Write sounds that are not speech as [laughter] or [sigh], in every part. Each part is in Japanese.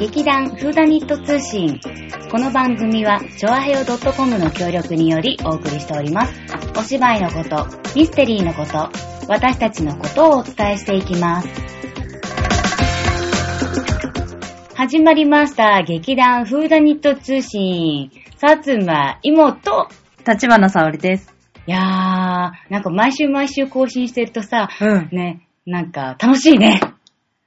劇団フーダニット通信。この番組は、ちょあへよ .com の協力によりお送りしております。お芝居のこと、ミステリーのこと、私たちのことをお伝えしていきます。始まりました。劇団フーダニット通信。薩摩妹。立花沙織です。いやー、なんか毎週毎週更新してるとさ、うん。ね、なんか楽しいね。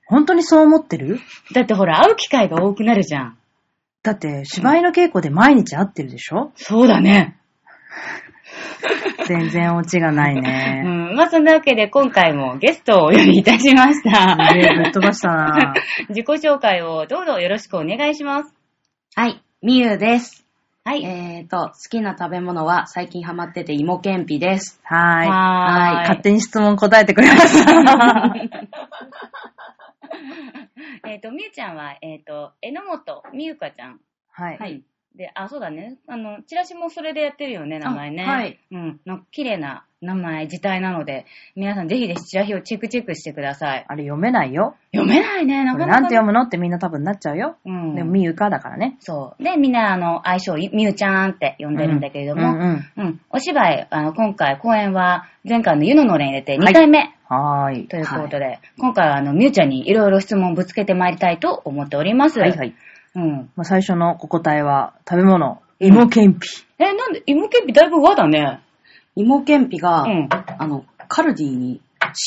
本当にそう思ってるだってほら、会う機会が多くなるじゃん。だって、芝居の稽古で毎日会ってるでしょそうだね。全然オチがないうね。ん。まあ、そんなわけで今回もゲストをお呼びいたしました。すげえぶっ飛ばしたな自己紹介をどうぞよろしくお願いします。はい、みゆです。はい。えーと、好きな食べ物は最近ハマってて芋けん [laughs] ぴです。はーはい。ー勝手に質問答えてくれま [laughs] した。い。えっ、と、みゆちゃんは、えっ、と、榎本みゆかちゃん。はい。はい。で、あ、そうだね。あの、チラシもそれでやってるよね、名前ね。あはい。うん。の綺麗な名前、自体なので、皆さんぜひぜひチラシをチェックチェックしてください。あれ読めないよ。読めないね、なこかれなかなね、んて読むのってみんな多分なっちゃうよ。うん。でも、みゆかだからね。そう。で、みんな、あの、愛称、みゆちゃんって呼んでるんだけれども、うんうん。うん。お芝居、あの、今回、公演は、前回の湯ののれん入れて2回目はーい。ということで、今回は、あの、みゆちゃんにいろいろ質問をぶつけてまいりたいと思っております。はいはいはい。うん。まあ、最初のお答えは、食べ物、芋けんぴ。え、なんで、芋けんぴだいぶ和だね。芋けんぴが、うんあの、カルディに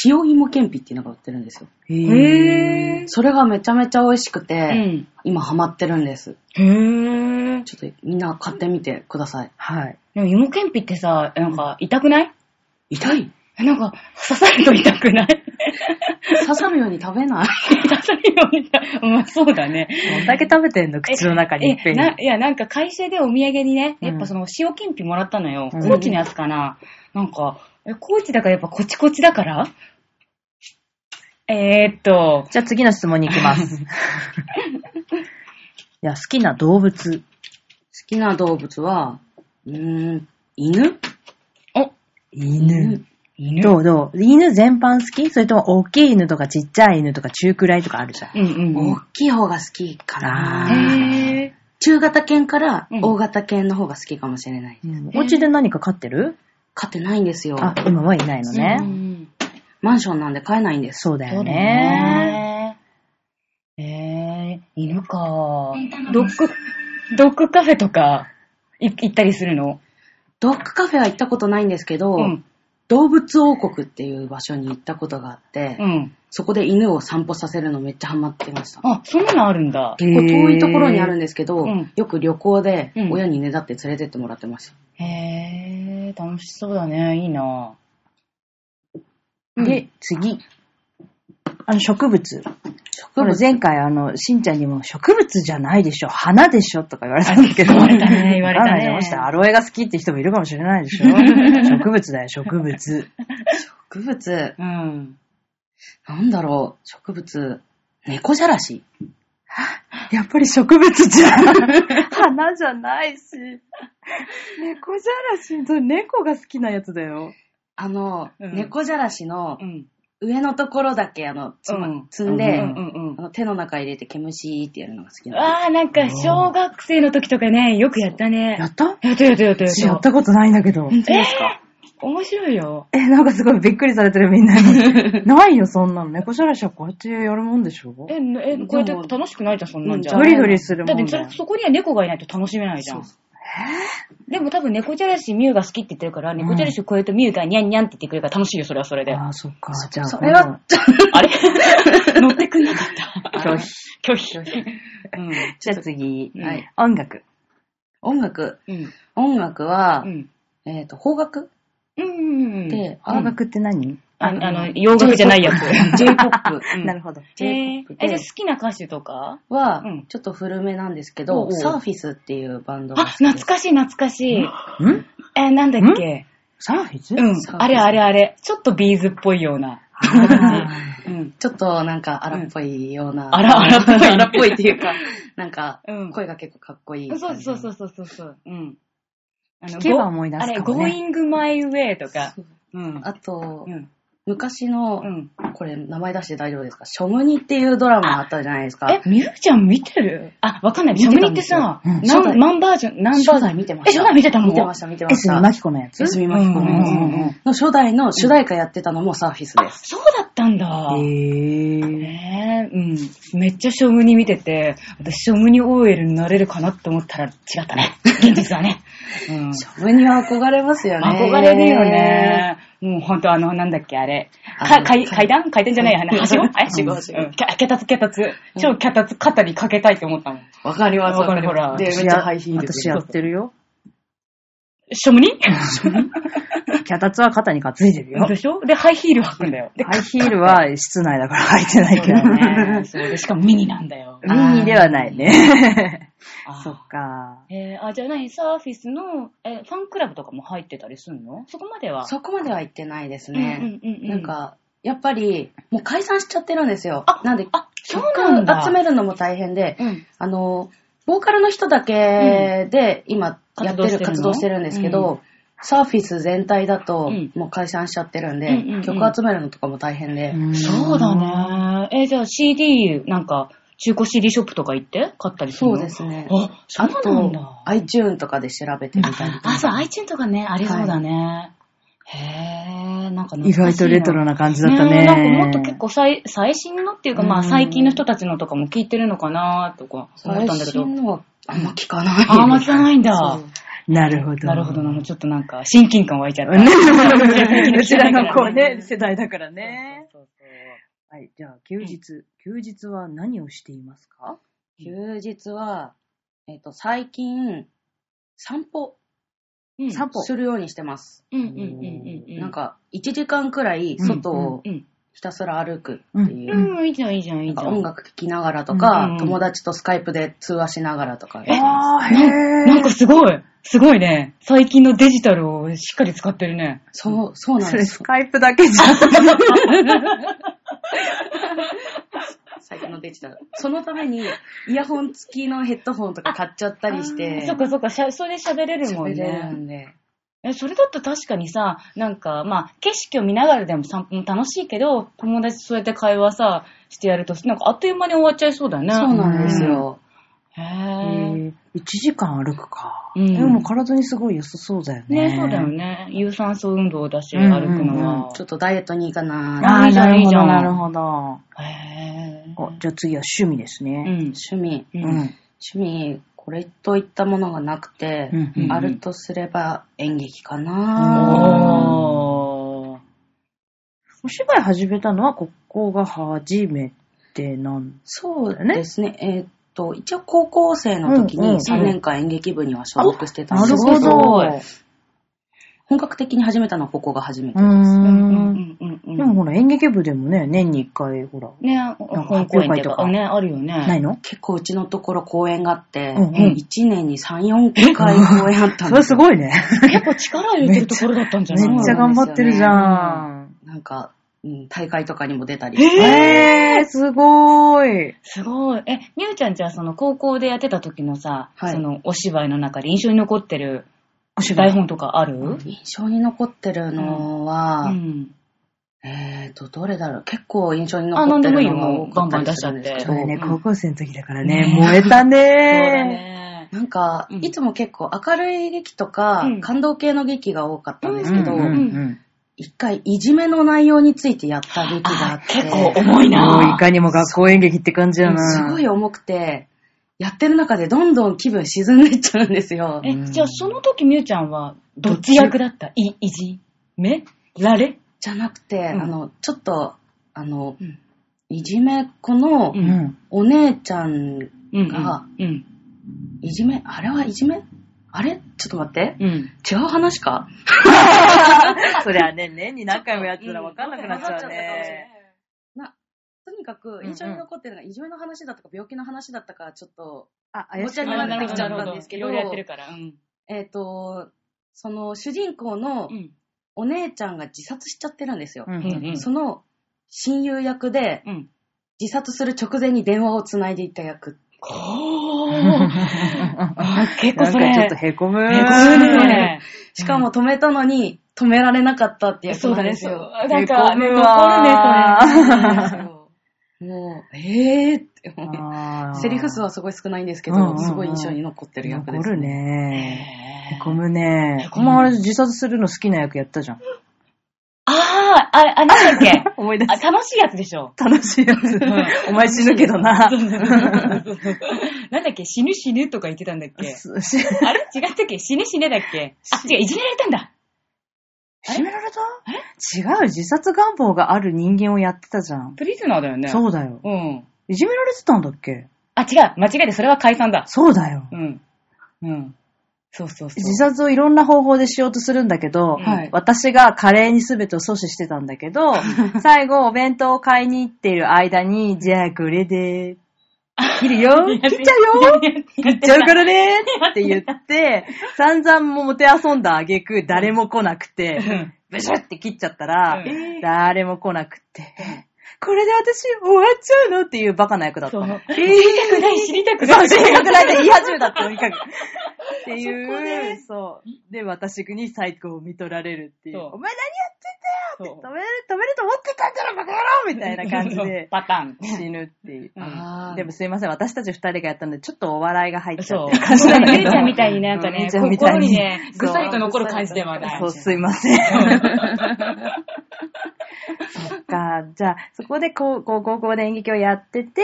塩芋けんぴっていうのが売ってるんですよ。へぇそれがめちゃめちゃ美味しくて、うん。今ハマってるんです。へぇー。ちょっとみんな買ってみてください。はい。でも芋けんぴってさ、なんか痛くない痛いえなんか刺さると痛くない [laughs] 刺さるように食べない刺さるように痛い。まあそうだね。どんだけ食べてんの口の中にいっぺえんに。ないや、なんか会社でお土産にね、うんやっぱその塩けんぴもらったのよ。うん高知のやつかな。なんか、え高知だからやっぱコチコチだからえー、っと、じゃあ次の質問に行き [laughs] ます。いや、好きな動物。好きな動物は、うーん、犬お、犬。犬。どうどう犬全般好きそれとも大きい犬とかちっちゃい犬とか中くらいとかあるじゃん。うんうんう大きい方が好きかあな。ん。へぇー。中型犬からうん大型犬の方が好きかもしれない。うんお家で何か飼ってる飼ってないんですよ。あ、今はいないのうね。んマンションなんで飼えないんです。そうだそようだね。ね。えー、犬か。ドッグ、ドッグカフェとかい行ったりするのドッグカフェは行ったことないんですけど、うん。動物王国っていう場所に行ったことがあって、うん。そこで犬を散歩させるのめっちゃハマってました。あ、そんなのあるんだ。結構遠いところにあるんですけど、うんよく旅行でうん親にねだって連れてってもらってました。へー、楽しそうだね。いいなうんで、次。あの、植物。植ほら物前回、あの、しんちゃんにも、植物じゃないでしょ、花でしょとか言われたんだけど。言われたね言われたねもしかしたらアロエが好きって人もいるかもしれないでしょ。 [laughs] 植物だよ、植物。植物、うん。なんだろう、植物、猫じゃらしやっぱり植物じゃん。花じゃないし。猫じゃらし、それ猫が好きなやつだよ。あの、うん猫じゃらしのうん。上のところだけあの、つまうん積んで、うんうんあの手の中入れて毛虫ってやるのが好きうん。なの。あー、なんか、小学生の時とかね、よくやったねや。ったやったやったやったやっ。私やったたことないんだけど。えー、面白いよ。え、なんかすごいびっくりされてるみんな [laughs] に。ないよ、そんなの。猫じゃらしはこうやってやるもんでしょえ、え、こうやって楽しくないじゃん、そんなんじゃ。ドリドリするだもっんてだそよれ、。そこには猫がいないと楽しめないじゃん。そうでも多分猫じゃらしミュウが好きって言ってるから、猫じゃらしを超えるとミュウがニャンニャンって言ってくれるから楽しいよ、それはそれで。ああ、そっか。じゃあ、それは今度あれ [laughs] 乗ってくんなかった。拒否。 [laughs] 拒否。うん。じゃあ次。うんはい。音楽。音楽、うん。音楽は、うん。えっ、と、邦楽うん。で、音楽って何ああの、洋楽じゃないやつ。 [laughs] J-POP うんなるほど。えー、 J-POP え、じゃあで好きな歌手とかはうん、ちょっと古めなんですけおうおど、うサーフィスっていうバンドがあ、好きです懐かしい懐かしい。んえー、なんだっけサーフィズうんサーフィ。ンあれあれあれ。ちょっとビーズっぽいような。 [laughs] あうん。ちょっとなんか荒っぽいような。あら、あらっぽい。荒っぽいっていうか、なんかうん、声が結構かっこいい感じその。うそうそうそうそうそう。うん。あの聞けば思い出すかもねあれ、Going My Way とか。そううん。あとう、ん。昔の、うん。これ名前出して大丈夫ですかショムニっていうドラマあったじゃないですか。え、みゆきちゃん見てるあ、わかんない。見ショてムたニっんてですよさ、うん何初代何バージョン、何バー初ジョン代見てました。え初代見てたの見てました、見てま ?S した。のまきこのやつ安みまきこのやつうんうんうんうんの初代の主題歌やってたのもサーフィスです。そうだったんだ。へねえ、うん。めっちゃショムニ見てて、私ショムニ OL になれるかなって思ったら違ったね。現実は [laughs] ね。うん。ショムニは憧れますよね。憧れるよ。ね。もうほんとあの、なんだっけ、あれ。あかの階階段階段じゃない、あの、はし [laughs] ごあれはしごはしごうんきゃ脚立、脚立。超脚立、肩にかけたいと思ったもん。わかります、わかるわほらりますで、めっちゃハイヒールで。私やってるよ。ショムニ脚立は肩に担いでる [laughs] よ。でしょで、ハイヒール履くんだよ。で、ハイヒールは室内だから履いてないけどそうだよね。ね。 [laughs] そうで、しかもミニなんだよ。 [laughs] ミニではないね。あーそっか。えー、あ、じゃあ何サーフィスの、え、ファンクラブとかも入ってたりすんのそこまでは。そこまでは行ってないですうんうんね。うんうん。なんか、やっぱり、もう解散しちゃってるんですよ。あなんで、あ、そう曲なんだ。集めるのも大変で、うん。あの、ボーカルの人だけで今やってる、活活動動ししててるのるんですけど、サーフィス全体だうとんもう解散しちゃってるんで、うんうんうん曲集めるのとかも大変で、そうだ。ね。えー、じゃあ CD、なんか、中古 CD ショップとか行って買ったりするのそうですね。あ、そあうなんとだ、。 iTune とかで調べてみたりとか。あ、そう、iTunes とかね、ありそうだね。へー、なんか懐かしいな意外とレトロな感じだったえね。なんかもっと結構最最新のっていうか、まあうん最近の人たちのとかも聞いてるのかなとか思ったんだ最けど。新のはあんま聞かない。あ、あんま聞かないんだそう。なるほど。なるほどなるほど。ちょっとなんか親近感湧いちゃった。うちらの [laughs] 子ね、世代だからね。そうそうそうはい、じゃあ休日。休日は何をしていますか休日は、えっ、と、最近、散歩うん散歩するようにしてます。うんうんうんうんうん。なん、か、1時間くらい外をうん。ひたすら歩くっていう。うん、いいじゃん、いいじゃん、いないじんかゃん。音楽聴きながらとか、うんうん友達とスカイプで通話しながらとか。あー、へなんかすごい、すごいね。最近のデジタルをしっかり使ってるね。そう、そうなんそでれすス。カイプだけじゃん。最近のデジタル。そのために、イヤホン付きのヘッドホンとか買っちゃったりして、そっかそっか、しゃそれで喋れるもん喋れるね。んで。え、それだと確かにさ、なんか、まあ、景色を見ながらでも散歩も楽しいけど、友達とそうやって会話さ、してやると、なんかあっという間に終わっちゃいそうだね。そうなんですよ。へえー。ー1時間歩くか。うんでも体にすごい良さそうだよね。ね、そうだよ。ね。有酸素運動だし、うんうん歩くのは。ちょっとダイエットにいいかな。あいいー、じゃなんるいいほじゃど、んなるほど。へーおじゃあ次は趣味ですうね。ん。趣味。う。うんん趣味、これといったものがなくて、うんうんうんあるとすれば演劇かおな。おー。お芝居始めたのは、ここが初めてなんそうですね。えーっと、一応高校生の時うんうんに3年間演劇部には所属してたんですなるほど本格的に始めたのはここが初めうてです。うんうんーん。うんうん。でもほら、演劇部でもね、年に一回、ほら、ね、か本公演っていう発表会とか、かね、あるよね。ないの結構うちのところ公演があって、うんうん1年に3、4回公演あったんそれですすよ。ごいね。結構力入れてるところだったんじゃめなっいちゃ頑張ってるじゃん。なんか、うん大会とかにも出たり。えー、すごーい。すごい。え、みゆちゃんじゃあその高校でやってた時のさ、はいそのお芝居の中で印象に残ってるお芝台居。本とかある印象に残ってるのは、うん。えーと、どれだろう。結構印象にあな残んっでてもいいるよのが多かったもうバンバンり出しすちゃっるてんですけそど、れね、うん高校生の時だからねね、燃えたそうだねね。なんか、うんいつも結構明るい劇とか、うん感動系の劇が多かったんですけど、うんうん一回いじめの内容についてやった劇がああって、結構重いもういなかにも学校演劇って感じやな。すごい重くて、やってる中でどんどん気分沈んでいっちゃうんですよ。え、じゃあその時みゆちゃんはどっち役だったい、いじめられじゃなくて、うんあの、ちょっと、あの、うんいじめっ子うのうん。お姉ちゃん、うんうんあうん。いじめ、あれはいじめあれちょっと待って。うん。違う話かそりゃね、年に何回もやってたらわ分かんなくなっちゃうね。。なとにかく印象に残ってるのが、いじめの話だったか病気の話だったか、ちょっと、あ、怪しくあなってきちなゃるほったどんですけいろどいろやってるから。うん。えっ、と、その主人公のうん。お姉ちゃんが自殺しちゃってるんですよ。んうんその親友役でうん。自殺する直前に電話をつないでいった役。こう。なあ結構んそかれ。ちょっとへこむ。へこむねしかも止めたのに、止められなかったってやつなんですよ。そうだなねんそうか、ね、寝込む残わるね、それ。そうもう、えーって思う。あーセリフ数はすごい少ないんですけうんうんうど、んすごい印象に残ってる役です。残る。ね。へこむへね。ここむもあれ自殺するの好きな役やったじゃん。ああ、あれ、あ、なんだっけ思い出あす。楽しいやつでしょ。楽しいやつ。お前死ぬけどなな。んだっけ死ぬ死ぬとか言ってたんだ [laughs] っけすしあれ違ったっけ死ね死ねだっけあ、死違う、いじめられたんだ。死められた違う、自殺願望がある人間をやってたじゃん。プリズナーだよね。そうだよ。うん。いじめられてたんだっけあ、違う。間違えて、それは解散だ。そうだよう。ん。うん。そうそうそう。自殺をいろんな方法でしようとするんだけど、はい私がカレーに全てを阻止してたんだけ [laughs] ど、最後お弁当を買いに行っている間に、じゃあこれで、 [laughs] 切るよ切っちゃうやよ切っっちゃうからねって言って、散々ももて遊んだ挙句誰も来なくて、ブシュって切っちゃったら、うんえー誰も来なくて、これで私終わっちゃうのっていうバカな役だったそう。の。知りたくない、知りたくない。そう、学ないで言い始めたって、とにかく。っていう、そう。で、私に最後を見取られるっていう。そうお前何やってんだよそ止める、止めると思ってたんだろ、バカ野郎みたいな感じでパターン。死ぬっていう。あーでもすいません、私たち二人がやったので、ちょっとお笑いが入っちゃそっう。てる感じなんだけ姉ど。ちゃんみたいになんかうね、姉ちゃんみた心いににね、ぐっさりと残る感じではない。そう、すいません。そっか、じゃあ、そこでこうこう高校で演劇をやってて、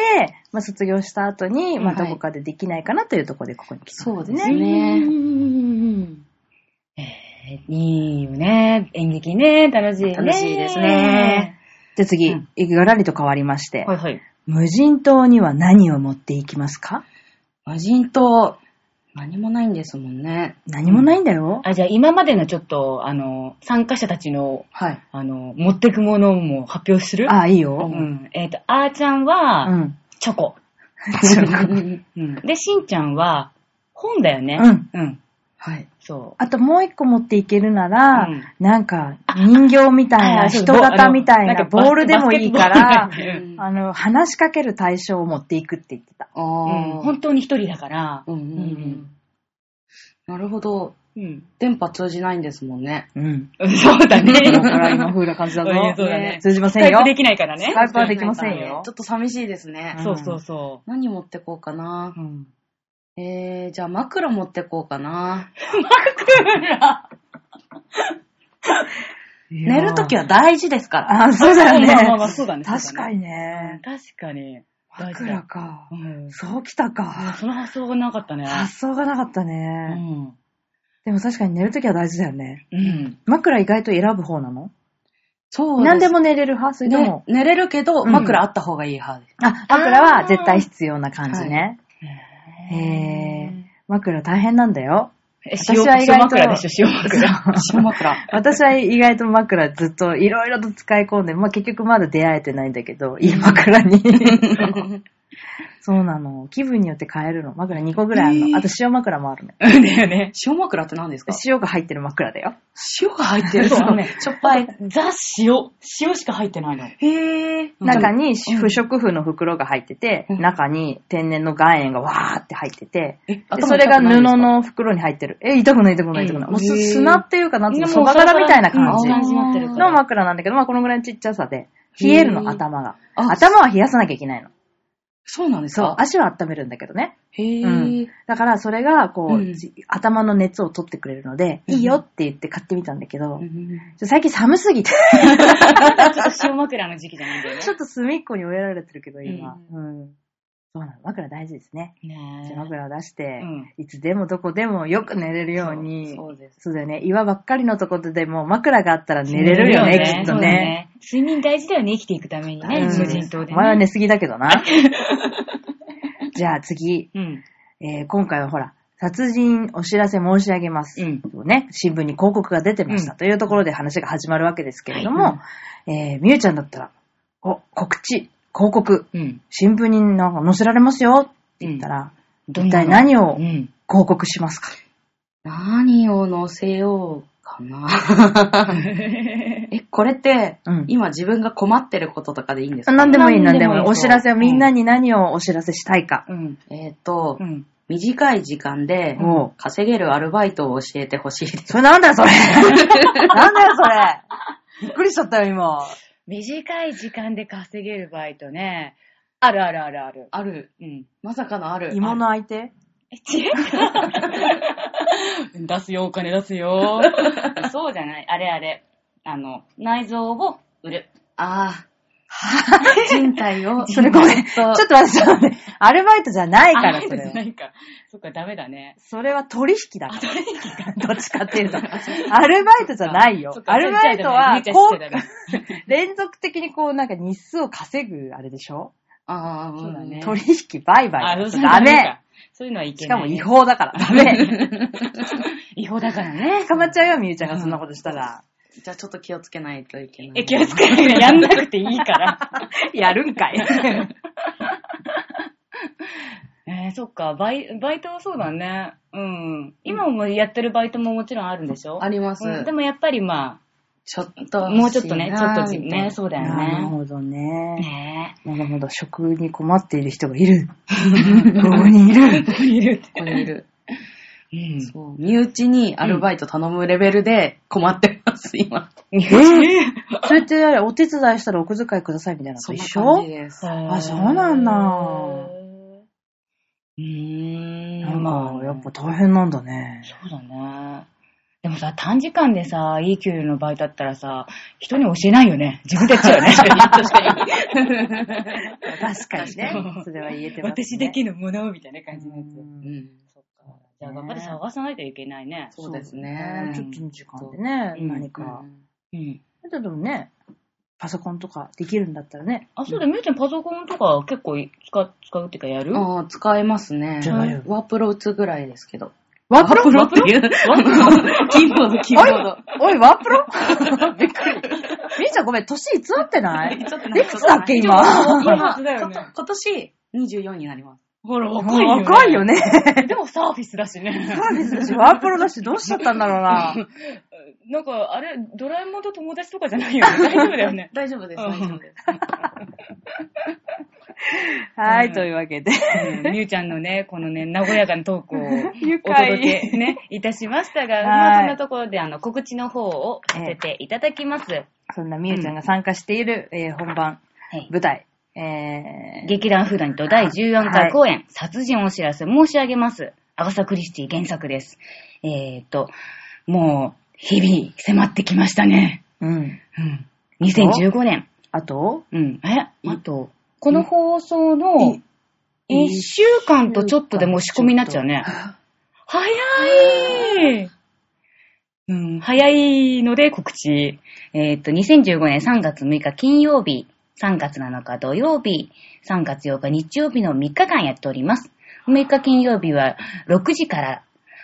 まあ、卒業した後に、まあ、はいどこかでできないかなというところでここに来た、そうですうね。んえーいいよね。演劇ね。楽しいね。楽しいですね。じゃあ次、うんガラリと変わりまして、はいはい。無人島には何を持っていきますか無人島、何もないんですもんね。何もないんだよ。あ、じゃあ今までのちょっと、あの、参加者たちの、はい。あの、持ってくものも発表するああ、いいうよ。ん。えっ、と、あーちゃんは、うん。チョコ。うん。で、しんちゃんは、本だよね。うん。うん。はい。そあともう一個持っていけるなう。ら、うんなんか、人形みたいあな、あそう人型みたいあのな、んかバボスールでもいいかバらス、ケットボールみたいなうんあの、話しかける対象を持っていくって言ってた。あうんあ。本当に一人だから、うんうんううんんなるほど。うん。電波通じないんですもんね。うん。そうだね。だから今風な感じだぞう。んそうだね。通じまスせカんイよプ。できないからね。スカイプはできませんよちょっと寂しいですね。うんそうそうそ何持ってこうかなう。う。ん。えー、じゃあ枕持ってこうかな。寝るときは。は大事ですから。あ、そうだよまあまあまね。あ、そうだね。確かに。にうんね。確かに。大事枕だ。かう。ん。そうきたか。その発想がなかったね。発想がなかったうね。ん。でも確かに寝るときは大事だよね。うん。枕意外と選ぶ方なのそうです。何でも寝れる派それとねも。寝れるけど、うん枕あった方がいい [laughs] 派です。あ、枕は絶対必要な感じね。へへー。枕大変なんだよ。え、私塩、は意外と塩枕でしょ、塩枕。 [laughs] 塩枕。私は意外と枕ずっといろいろと使い込んで、まあ結局まだ出会えてないんだけ [laughs] ど、いい枕に。そうなの。気分によって変えるの。枕2個ぐらいあるの。えーあと塩枕もあるの。だよね。塩枕って何ですか塩が入ってる枕だよ。塩が入ってる。そうねしょっぱい。ザ塩。塩しか入ってないの。へぇー。中に。に不織布の袋が入ってて、うん中に天然の岩塩がわーって入ってて、えで頭それが痛くない布んですかの袋に入ってる。え、痛くない痛くない痛くない。うんもうすへー砂っていうかなんていうの、そば柄みたいな感じうん感じになってるから。の枕なんだけど、まあこのぐらいのちっちゃさで、冷えるへの、ー頭が。あ頭は冷やさなきゃいけないの。そうなんですそうか。足は温めるんだけどね。へうんぇー。だからそれが、こう、うん頭の熱を取ってくれるので、うんいいよって言って買ってみたんだけど、うちょん最近寒すぎて、ちょっと塩枕の時期じゃないんだよねちょっと隅っこに植えられてるけど、今。うん。そうなの。枕大事ですね。ねじえ。ゃあ枕を出して、うんいつでもどこでもよく寝れるように。そうそうです。そうだよね。岩ばっかりのところでも枕があったら寝れるよね、きっとそうだね。。睡眠大事だよね、生きていくためにね、うん無人島でお前は寝ね。すぎだけどな。 [laughs] じゃあ次、うん。えー今回はほら、殺人お知らせ申し上げます。うんね、新聞に広告が出てました、うんというところで話が始まるわけですけれども、はえーみゆちゃんだったら、お、告知、広告、うん。新聞になんか載せられますよって言ったら、ど一んな体の何をうん。広告しますか、何を乗せようかな。え、これって、うん今自分が困ってることとかでいいんですか何でもいい、何で何でもいもいいい。お知らせをみんなに何をお知らせしたいか。うん。えっとう、ん。短い時間でおう稼げるアルバイトを教えてほしい [laughs] です。それなんだよ、それなんだよ、それびっくりしちゃったよ、今。短い時間で稼げるバイトね。あるあるあるある。ある。うん。まさかのある。芋の相手 [laughs] 出すよ、お金出すよ。 [laughs] そうじゃない。あれあれ。あの、内臓を売る。ああ。人体 [laughs] を。それごめん。ちそょうっと待って、ちょっと待って。アルバイトじゃないから、それなは。いか。そっか、ダメだね。それは取引だから。どっちかっていうと。アルバイトじゃないよそっ。かアルバイトは、ちっちゃいこ、じゃないちっちゃいじゃないう連続的にこう、なんか日数を稼ぐ、あれでしょああ、そうだね取引売買あ、だそうそとうダメ。。そういうのはいけしなかいもね。違法だから、ダメ。 [laughs] 違法だからね。捕まっちゃうよ、みゆちゃんがそんなことしたら。じゃあちょっと気をつけないといけない。え、気をつけないでやんなくていいから。 [laughs] やるんかい。 [laughs] えー、そっか、バイ、バイトはそうだね。うん。今もやってるバイトももちろんあるんでしょあります。うんでもやっぱりまちょっとあ、欲しいな。もうちょっとね、ちょっとじみたいね、なそうだよなるね。ほどね。ねまだまだ食に困っている人がい [laughs] る。ここにいる。いるって。ここにいる。うん。そう。身内にアルバイト頼むレベルで困ってます、[laughs] 今。そうやってあれ、お手伝いしたらお小遣いくださいみたいなのと一んな感緒じです。あそうなんだうーん。なんか、やっぱぱ。大変なんだね。そうだね。でもさ、短時間でさ、いい給料のバイトだったらさ、人に教えないよね。自分でやっちゃうよ [laughs] ね。確かにね確か。にそれは言えてます、ね。私だけのものみたいな感じのやうつ。んうん。そっか。じゃあ頑張って探さないといけないね。そうですねちょっとの時間でね、うん何か。うん。あとでもね、パソコンとかできるんだったらね。あ、そうだ、みゆちゃんパソコンとか結構い使う、使うっていうかやるああ、使えますねじゃあよ。ワープロ打つぐらいですけど。ワープロっていうキーボード、キーボード。おい、ワープロびっくり。みーちゃんごめん、年偽って [laughs] ないちょっといくつだっけ、今。今今、だよ今ね年24になります。。ほら、若いよ、ね。若いよね。でもサーフィスだしね。サービスだし、ワープロだし、どうしちゃったんだろうな。なんか、あれ、ドラえもんと友達とかじゃないよね。大丈夫だよね大丈夫です、大丈夫です。はうい、んというわけで。うんみゆちゃんのね、このね、和やかなトークを愉お快届けね、いたしましたが、いまあそんなところで、あの、告知の方をさせていただきます。はそんなみゆちゃんが参加している、えー本番、い。舞台、えー、劇団フーダニット第14は回い公演、殺人を知らせ申し上げます。アガサ・クリスティ原作です。えー、っと、もう、日々迫ってきましたね。うん。うん。2015年。あと、うん。え、あと、この放送の1週間とちょっとでもう仕込みになっちゃうね。早いうん、早いので告知。えーっと、2015年3月6日金曜日、3月7日土曜日、3月8日日曜日の3日間やっております。6日金曜日は6時から、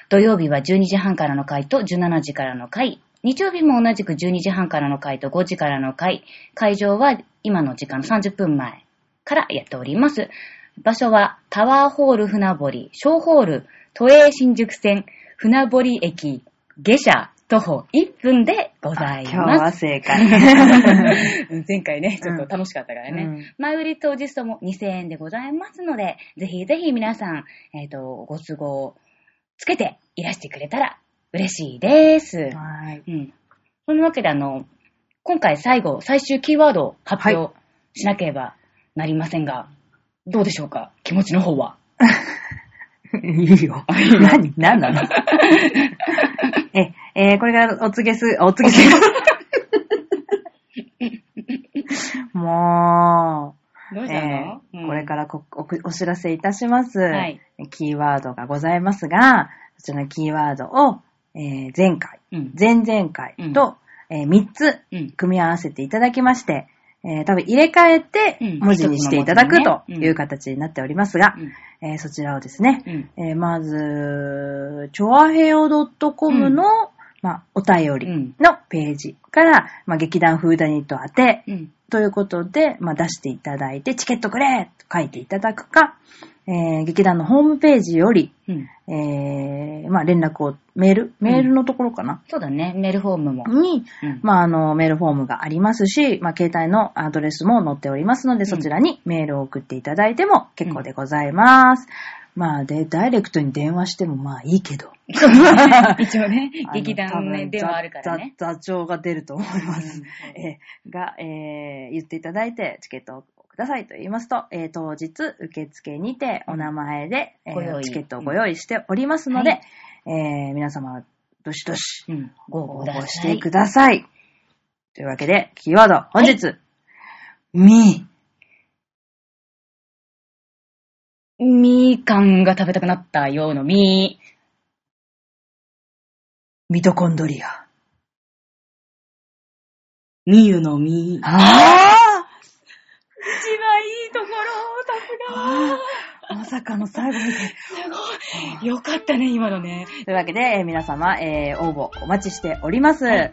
土曜日は12時半からの回と17時からの回、日曜日も同じく12時半からの回と5時からの回、会場は今の時間の30分前からやっております。場所はタワーホール船堀、小ホール、都営新宿線、船堀駅、下車、徒歩1分でござい今日まはす。正 [laughs] 解。 [laughs] 前回ね、ちょっと楽しかったからね。前売り当日とも2000円でございますので、ぜひぜひ皆さん、えっ、と、ご都合をつけていらしてくれたら嬉しいですうん。はい。うん。そのわけで、あの、今回最後、最終キーワードを発は表しなければなりませんが、どうでしょうか気持ちの方は。いいよ。何何なの [laughs] え、えーこれがお告げす、お告げ [laughs] す。もどう、うしたえの、ーこれからこおお知らせいたします、はいキーワードがございますが、そちらのキーワードを、えー前回、うん。前々回と、え3つうん。組み合わせていただきまして、えー多分入れ替えてうん文字にしていただく一つのと文字ねいう形になっておりますが、えーそちらをですね、うん。えーまず、ちょわへよ .com の、まあ、お便うりん。のページから、まあ、劇団フーダニット宛てうん。ということで、まあ、出していただいて、チケットくれと書いていただくか、えー劇団のホームページより、うん。えーまあ、連絡を、メールメールのところかな、そうだね、メールフォームも。に、うん。まあ、あの、メールフォームがありますし、まあ、携帯のアドレスも載っておりますので、そちらにメールを送っていただいても結構でございます。まあで、ダイレクトに電話してもまあいいけど。一応ねあの、劇多団ね分ではあるからね。座座座長が出ると思います。えーが、えー言っていただいて、チケットをくださいと言いますと、えー当日、受付にて、お名前で、えーご用意チケットをご用意しておりますので、はえー皆様、どしどし、うん。ご応応募募ししててくください。というわけで、キーワード、本日、み、みーかんが食べたくなったようのみー。ミトコンドリア。みゆのみ。一あ番いいところを、あ [laughs] まさかの最後みたい。さすが。よかったね、今のね。というわけで、えー皆様、えー応募お待ちしております。え、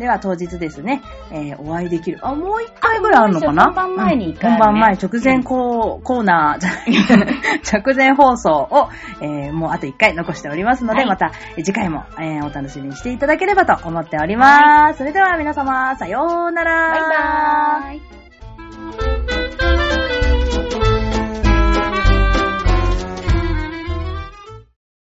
では当日ですね、えーお会いできる。あ、もう一回ぐらいあるのかなあ本番前に一回あうんるね本番前、直前こう、コーナーじゃない、 [laughs] 直前放送を、えーもうあと一回残しておりますので、はいまたえー次回も、えーお楽しみにしていただければと思っております。それでは皆様、さようなら。バイバーイ。